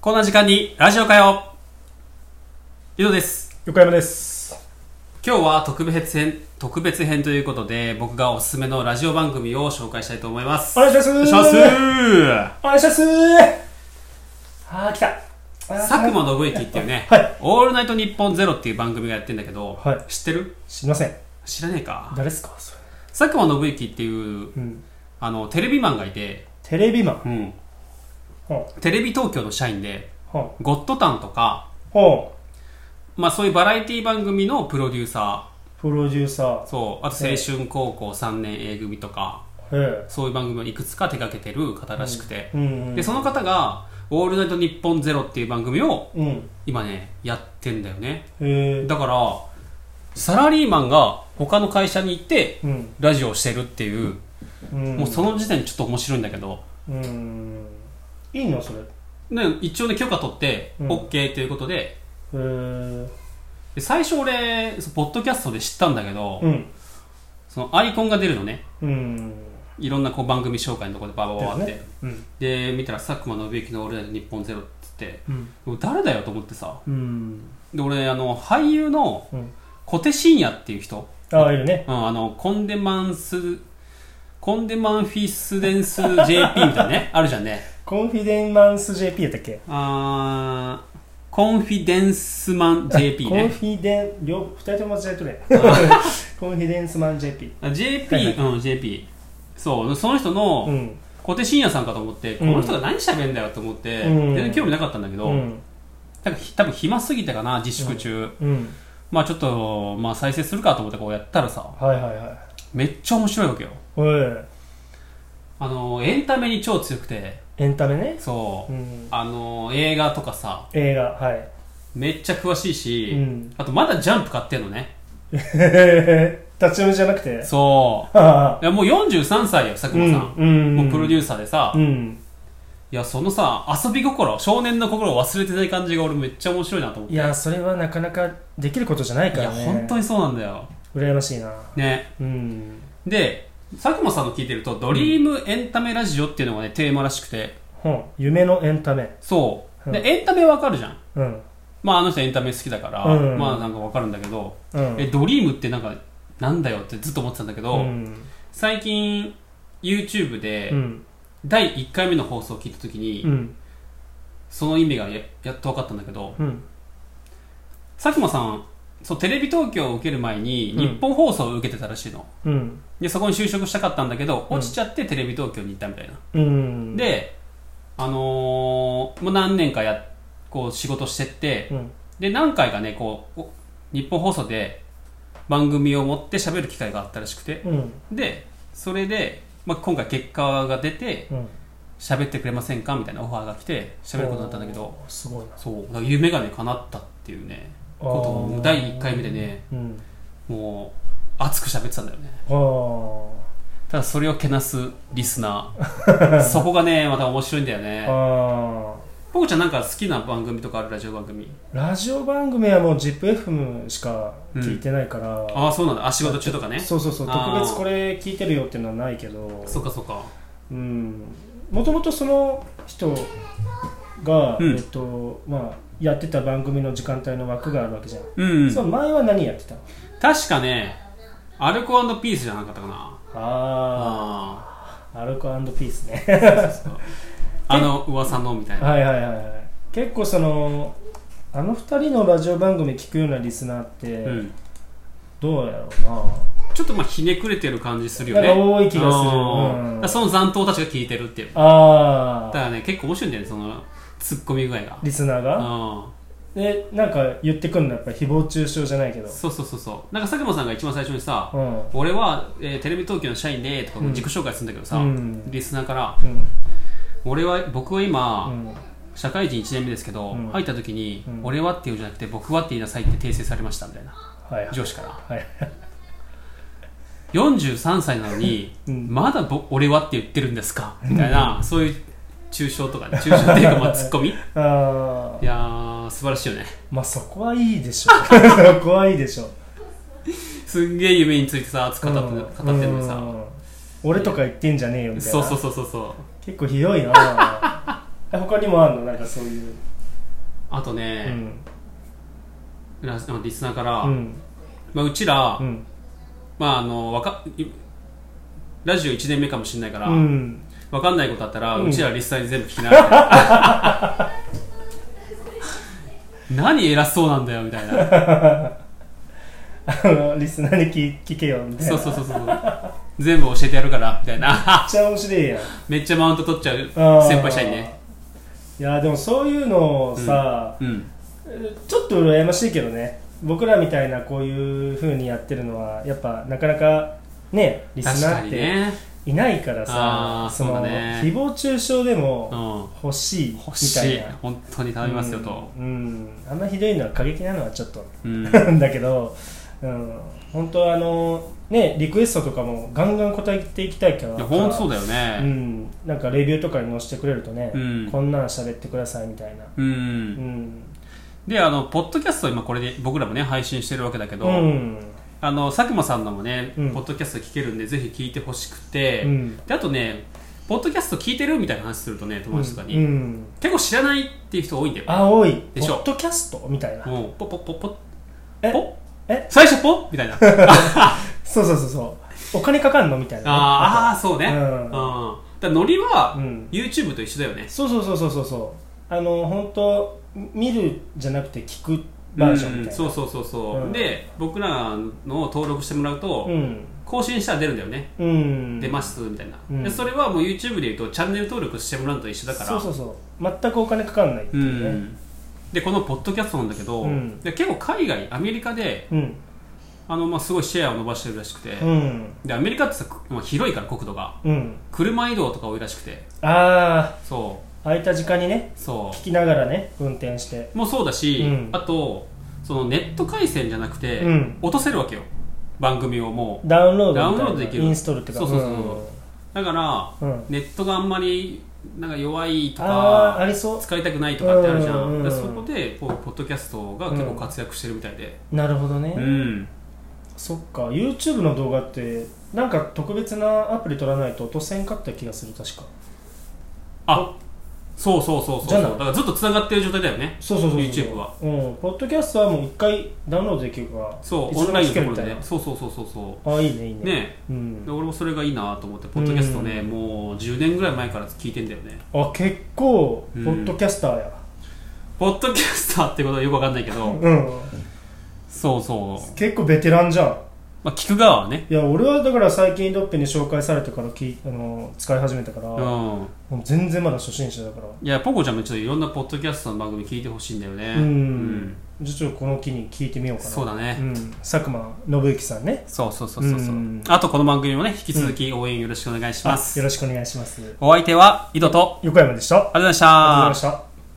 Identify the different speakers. Speaker 1: こんな時間にラジオかよ井戸です
Speaker 2: 横山です
Speaker 1: 今日は特別編特別編ということで僕がおすすめのラジオ番組を紹介したいと思います
Speaker 2: お願いしますお願
Speaker 1: お願いしま
Speaker 2: お願いしますあー来たあー
Speaker 1: す佐久間信之っていうね、
Speaker 2: はい
Speaker 1: オールナイトニッポンゼロっていう番組がやってんだけど、
Speaker 2: はい
Speaker 1: 知ってる
Speaker 2: 知りません
Speaker 1: 知らねえか
Speaker 2: 誰ですかそれ、
Speaker 1: 佐久間信之っていう
Speaker 2: うん、
Speaker 1: あのテレビマンがいて、
Speaker 2: テレビマンほ
Speaker 1: テレビ東京の社員で
Speaker 2: うほう
Speaker 1: ゴッドタンとか、
Speaker 2: ほ
Speaker 1: まあ、そういうバラエティ番組のプロデューサ
Speaker 2: うプロデューサ
Speaker 1: ーそうあと青春高校3年 A 組とか
Speaker 2: ーへ
Speaker 1: そういう番組をいくつか手掛けてる方らしくて
Speaker 2: え、うんうん
Speaker 1: でその方が「オールナイトニッポンゼロっていう番組を
Speaker 2: うん
Speaker 1: 今ねやってんだよね
Speaker 2: へえ
Speaker 1: だからサラリーマンが他の会社に行って
Speaker 2: うん
Speaker 1: ラジオをしてるっていう、
Speaker 2: うん
Speaker 1: もうその時点でちょっと面白いんだけど、
Speaker 2: うんいいのそれへ
Speaker 1: ね、一応ね許可取って
Speaker 2: うん
Speaker 1: OK ということで,、
Speaker 2: えうん
Speaker 1: で最初俺そうポッドキャストで知ったんだけど、そのアイコンが出るのね
Speaker 2: うん
Speaker 1: いろんなこう番組紹介のところでババババって、
Speaker 2: だようん
Speaker 1: で見たら佐久間信之の「オールナイトニッポンゼロっつってで
Speaker 2: うん
Speaker 1: も誰だよと思ってさ
Speaker 2: うん
Speaker 1: で俺あの俳優の
Speaker 2: うん
Speaker 1: 小手伸也っていう人、
Speaker 2: ああいるね
Speaker 1: うん、あのコンデマンスコンデマンフィスデンス JP みたいなね あるじゃんね
Speaker 2: コンフィデンマンス JP やったっけ
Speaker 1: あーコンフィデンスマン JP
Speaker 2: コン
Speaker 1: ね
Speaker 2: フィデン、両、二人とも間違 えとるやんコンフィデンスマン JP。
Speaker 1: あ JP、
Speaker 2: はいはい
Speaker 1: うん JP そうその人
Speaker 2: う
Speaker 1: の
Speaker 2: ん。
Speaker 1: 小手伸也さんかと思って、
Speaker 2: うん
Speaker 1: この人が何喋るんだよと思って、
Speaker 2: うん
Speaker 1: 全然興味なかったんだけど、
Speaker 2: うん。
Speaker 1: 多分多分暇すぎたかな自粛中、
Speaker 2: うん。
Speaker 1: まあちょっと、まあ、再生するかと思ってこうやったらさ
Speaker 2: はいはいはい。
Speaker 1: めっちゃ面白いわけよ
Speaker 2: おい。
Speaker 1: あのエンタメに超強くて
Speaker 2: エンタメね。
Speaker 1: そう、
Speaker 2: うん。
Speaker 1: あの映画とかさ
Speaker 2: 映画、はい。
Speaker 1: めっちゃ詳しいし、
Speaker 2: うん。
Speaker 1: あとまだジャンプ買ってんのね
Speaker 2: 立ち読みじゃなくて。
Speaker 1: そ
Speaker 2: ああ。
Speaker 1: ういやもう43歳よ佐久間さん、
Speaker 2: うん。
Speaker 1: もうプロデ
Speaker 2: ュー
Speaker 1: ューサーでさ、
Speaker 2: う
Speaker 1: い
Speaker 2: ん。
Speaker 1: やそのさ遊び心少年の心を忘れてない感じが俺めっちゃ面白いなと思っ
Speaker 2: い
Speaker 1: て
Speaker 2: や、それはなかなかできることじゃない
Speaker 1: い
Speaker 2: か
Speaker 1: や
Speaker 2: らね。
Speaker 1: 本当にそうなんだよ
Speaker 2: 羨ましいな。
Speaker 1: ね
Speaker 2: うん。
Speaker 1: で佐久間さんの聞いてると「ドリームエンタメラジオ」っていうのがねテーマらしくて
Speaker 2: ほん。夢のエンタメ。
Speaker 1: そう
Speaker 2: う
Speaker 1: で
Speaker 2: ん
Speaker 1: エンタメわかるじゃん
Speaker 2: うん。
Speaker 1: まああの人エンタメ好きだから、
Speaker 2: うん
Speaker 1: まあなんかわかるんだけど、
Speaker 2: うん。
Speaker 1: えドリームってなんかなんだよってずっと思ってたんだけど、
Speaker 2: うん。
Speaker 1: 最近 YouTube
Speaker 2: う
Speaker 1: で
Speaker 2: ん。
Speaker 1: 第1回目の放送を聞いた時に、
Speaker 2: うん。
Speaker 1: その意味がややっと分かったんだけど
Speaker 2: うん。
Speaker 1: 佐久間さんそうテレビ東京を受ける前に
Speaker 2: うん
Speaker 1: 日本放送を受けてたらしいの、
Speaker 2: うん。
Speaker 1: でそこに就職したかったんだけど
Speaker 2: うん
Speaker 1: 落ちちゃってテレビ東京に行ったみたいな、
Speaker 2: うん。、
Speaker 1: であのーもう何年かやこう仕事してって
Speaker 2: うん。
Speaker 1: で何回かねこうお日本放送で番組を持って喋る機会があったらしくて
Speaker 2: うん。
Speaker 1: でそれで、まあ、今回結果が出て
Speaker 2: うん。
Speaker 1: 喋ってくれませんかみたいなオファーが来て喋ることになったんだけど
Speaker 2: おーすごいな
Speaker 1: そうだから夢がね叶ったっていうねことを第1回目でね
Speaker 2: うん
Speaker 1: もう熱く喋ってたんだよね
Speaker 2: あー
Speaker 1: ただそれをけなすリスナ ーそこがねまた面白いんだよね
Speaker 2: あ
Speaker 1: ぽこちゃんなんか好きな番組とかあるラジオ番組
Speaker 2: ーラジオ番組はもう ZIPFM しか聞いてないから、
Speaker 1: ああそうなんだあ仕事中とかね
Speaker 2: そうそうそう
Speaker 1: あー
Speaker 2: 特別これ聞いてるよっていうのはないけど
Speaker 1: そっかそっか
Speaker 2: うんもともとその人が、
Speaker 1: うん
Speaker 2: えっとまあ、やってた番組の時間帯の枠があるわけじゃん、
Speaker 1: うん、うん、
Speaker 2: その前は何やってたの
Speaker 1: 確かねアルコピースじゃなかったかな
Speaker 2: あ
Speaker 1: あ
Speaker 2: あアルコピースね
Speaker 1: あそうそ うあの噂のみたいな
Speaker 2: はいはいはいはい結構そのあの二人のラジオ番組聞くようなリスナーって、
Speaker 1: うん
Speaker 2: どうやろうな
Speaker 1: ちょっとまあひねくれてる感じするよね
Speaker 2: なんか多い気がする
Speaker 1: うん
Speaker 2: うん
Speaker 1: だからその残党たちが聞いてるっていう
Speaker 2: あ
Speaker 1: だか
Speaker 2: あ
Speaker 1: らね結構面白いんだよねそのツッコミ具合が
Speaker 2: リスナーが
Speaker 1: う
Speaker 2: でなんか言ってくるのやっぱり誹謗中傷じゃないけど
Speaker 1: んそうそうそうそうなんか佐久間さんが一番最初にさ
Speaker 2: う
Speaker 1: 「俺は、えーテレビ東京の社員で」とか
Speaker 2: うん
Speaker 1: 自己紹介するんだけどさ、
Speaker 2: んうん
Speaker 1: リスナーから
Speaker 2: うん
Speaker 1: 「俺は僕は今、
Speaker 2: うん
Speaker 1: 社会人1年目ですけど、
Speaker 2: うん
Speaker 1: 入った時に、
Speaker 2: うん
Speaker 1: 俺はって言うんじゃなくて僕はって言いなさい」って訂正されましたみたいな
Speaker 2: はい
Speaker 1: 上司から
Speaker 2: はい
Speaker 1: 43歳なのに、
Speaker 2: うん
Speaker 1: まだぼ俺はって言ってるんですかみたいな、そういう抽象とかね抽象っていうかまあツッコミい
Speaker 2: ああ
Speaker 1: やー素晴らしいよね
Speaker 2: まあそこはいいでしょ うそこはいいでしょう
Speaker 1: すんげえ夢についてさ熱く語って,、
Speaker 2: うん
Speaker 1: 語ってんのにさ、
Speaker 2: うん俺とか言ってんじゃねえよみたい
Speaker 1: そ
Speaker 2: な
Speaker 1: うそうそうそうそう
Speaker 2: 結構ひどいなえ他にもあるのなんかそういう
Speaker 1: あと
Speaker 2: う
Speaker 1: ね、
Speaker 2: ん
Speaker 1: ラジリスナーから、
Speaker 2: う
Speaker 1: うんまあ、うちら、
Speaker 2: うん
Speaker 1: まああのわかいラジオ1年目かもしれないから、
Speaker 2: うん
Speaker 1: わかんないことあったら、
Speaker 2: う
Speaker 1: うんちらリスナーに全部聞きながら 何偉そうなんだよみたいな
Speaker 2: あのリスナーに聞聞けよみたいな
Speaker 1: そうそうそうそう全部教えてやるからみたいな
Speaker 2: めっちゃ面白いやん
Speaker 1: めっちゃマウント取っちゃう
Speaker 2: あー
Speaker 1: 先輩社員ね
Speaker 2: いやでもそういうのをさ、
Speaker 1: うん
Speaker 2: ちょっと羨ましいけどね僕らみたいなこういう風にやってるのはやっぱなかなかねリ
Speaker 1: 確
Speaker 2: スナ
Speaker 1: か
Speaker 2: ーっ
Speaker 1: に
Speaker 2: て
Speaker 1: ね
Speaker 2: いないからさ
Speaker 1: あーそうだね
Speaker 2: 誹謗中傷で
Speaker 1: う
Speaker 2: も
Speaker 1: ん
Speaker 2: 欲しいみ
Speaker 1: 欲した
Speaker 2: い
Speaker 1: い
Speaker 2: な
Speaker 1: 本当に頼みますよと
Speaker 2: うん、うんあんまひどいのは過激なのはちょっと
Speaker 1: うん
Speaker 2: だけど、うん、本当はあのねリクエストとかもガンガン答えていきたいから
Speaker 1: いや本当そううだよ
Speaker 2: う
Speaker 1: ね
Speaker 2: ん、なんかレビューとかに載せてくれるとね、
Speaker 1: うん
Speaker 2: こんなん喋ってくださいみたいな、
Speaker 1: う
Speaker 2: うんん
Speaker 1: であのポッドキャスト今これで僕らもね配信してるわけだけど、
Speaker 2: うん
Speaker 1: あの佐久間さんのもね、
Speaker 2: うん
Speaker 1: ポッドキャスト聞けるんでぜひ聞いてほしくて、
Speaker 2: うん
Speaker 1: であとねポッドキャスト聞いてるみたいな話するとね友達とかに、
Speaker 2: うん、
Speaker 1: 結構知らないっていう人多いんだよ
Speaker 2: あ多い
Speaker 1: でしょ
Speaker 2: ポッドキャストみたいな
Speaker 1: もうポッポッポッポッ
Speaker 2: え
Speaker 1: ポ
Speaker 2: え
Speaker 1: 最初ポッみたい なあ
Speaker 2: そうそうそうそうお金かかんのみたいな
Speaker 1: ああーそうね、う
Speaker 2: うん
Speaker 1: ん、だからノリは、
Speaker 2: うん
Speaker 1: YouTube と一緒だよね
Speaker 2: そうそうそうそうそうそうあの本当見るじゃなくて聞くバージョンみたいな、
Speaker 1: うんそうそうそうそう、
Speaker 2: うん
Speaker 1: で僕らのを登録してもらうと、
Speaker 2: うん
Speaker 1: 更新したら出るんだよね、
Speaker 2: うん
Speaker 1: 出ますみたいな、
Speaker 2: うん
Speaker 1: でそれはもう YouTube でいうとチャンネル登録してもらうのと一緒だから
Speaker 2: そうそうそう全くお金かかんないって
Speaker 1: う
Speaker 2: いうね、
Speaker 1: ん、でこのポッドキャストなんだけど、
Speaker 2: うん
Speaker 1: で結構海外アメリカで
Speaker 2: うん。
Speaker 1: あの、まあ、すごいシェアを伸ばしてるらしくて、
Speaker 2: うん。
Speaker 1: でアメリカってさ、まあ、広いから国土が
Speaker 2: うん。
Speaker 1: 車移動とか多いらしくて
Speaker 2: ああ、
Speaker 1: そ
Speaker 2: 空いた時間にね
Speaker 1: う、そ
Speaker 2: 聞きながらね、運転して。
Speaker 1: うもうそうだし、
Speaker 2: うん
Speaker 1: あとそのネット回線じゃなくて、
Speaker 2: うん
Speaker 1: 落とせるわけよ番組をもう
Speaker 2: ダウンロードみたいな。
Speaker 1: ダウンロードできる
Speaker 2: インストールってか。
Speaker 1: そうそうそうそうだから
Speaker 2: うん。うん
Speaker 1: ネットがあんまりなんか弱いと
Speaker 2: ああー、あ
Speaker 1: か
Speaker 2: りそ
Speaker 1: 使いたくないとかってあるじゃ
Speaker 2: うんうん
Speaker 1: ん、
Speaker 2: うん
Speaker 1: でそこでこうポッドキャストが結構活躍してるみたいで、
Speaker 2: う。なるほどね。
Speaker 1: うん、
Speaker 2: そっか、YouTube の動画って、なんか特別なアプリ取らないと落とせんかった気がする、確か。
Speaker 1: あそうそうそうそう
Speaker 2: じ
Speaker 1: そ
Speaker 2: ゃ
Speaker 1: う
Speaker 2: ない
Speaker 1: だからずっとつながってる状態だよね
Speaker 2: そうそうそうそう。
Speaker 1: YouTube は。
Speaker 2: うん。ポッドキャストはもう一回ダウンロードできるから。
Speaker 1: そう
Speaker 2: いつ
Speaker 1: オ
Speaker 2: で
Speaker 1: ン
Speaker 2: も
Speaker 1: ライン
Speaker 2: 聞
Speaker 1: の
Speaker 2: け
Speaker 1: と
Speaker 2: る
Speaker 1: ころ
Speaker 2: みた
Speaker 1: で
Speaker 2: いな
Speaker 1: ね。そうそうそうそうそ
Speaker 2: ああ、いいね、いいね。
Speaker 1: うね
Speaker 2: う
Speaker 1: で
Speaker 2: ん。
Speaker 1: 俺もそれがいいなと思ってポッドキャストね
Speaker 2: うん
Speaker 1: もう10年ぐらい前から聞いてんだよね
Speaker 2: あ、結構、ポ
Speaker 1: うん
Speaker 2: ッドキャスターや。
Speaker 1: ポッドキャスターってことはよくわかんないけど
Speaker 2: うん。
Speaker 1: そうそう、
Speaker 2: 結構ベテランじゃん。
Speaker 1: まあ、聞く側はね
Speaker 2: いや俺はだから最近ドッペに紹介されてからきあの使い始めたから、
Speaker 1: う
Speaker 2: も
Speaker 1: ん
Speaker 2: う全然まだ初心者だから、
Speaker 1: いやポコちゃんもちょっといろんなポッドキャストの番組聞いてほしいんだよね
Speaker 2: うん
Speaker 1: うん
Speaker 2: じゃあちょっとこの機に聞いてみようかな
Speaker 1: そうだね、
Speaker 2: うん、佐久間信之さんね
Speaker 1: そうそうそうそうそう
Speaker 2: うん
Speaker 1: あとこの番組もね引き続き応援よろしくお願いします、
Speaker 2: あよろしくお願いします
Speaker 1: お相手は井戸と
Speaker 2: 横山でしたありがとう
Speaker 1: ありがとうございまし
Speaker 2: ござい
Speaker 1: た
Speaker 2: ました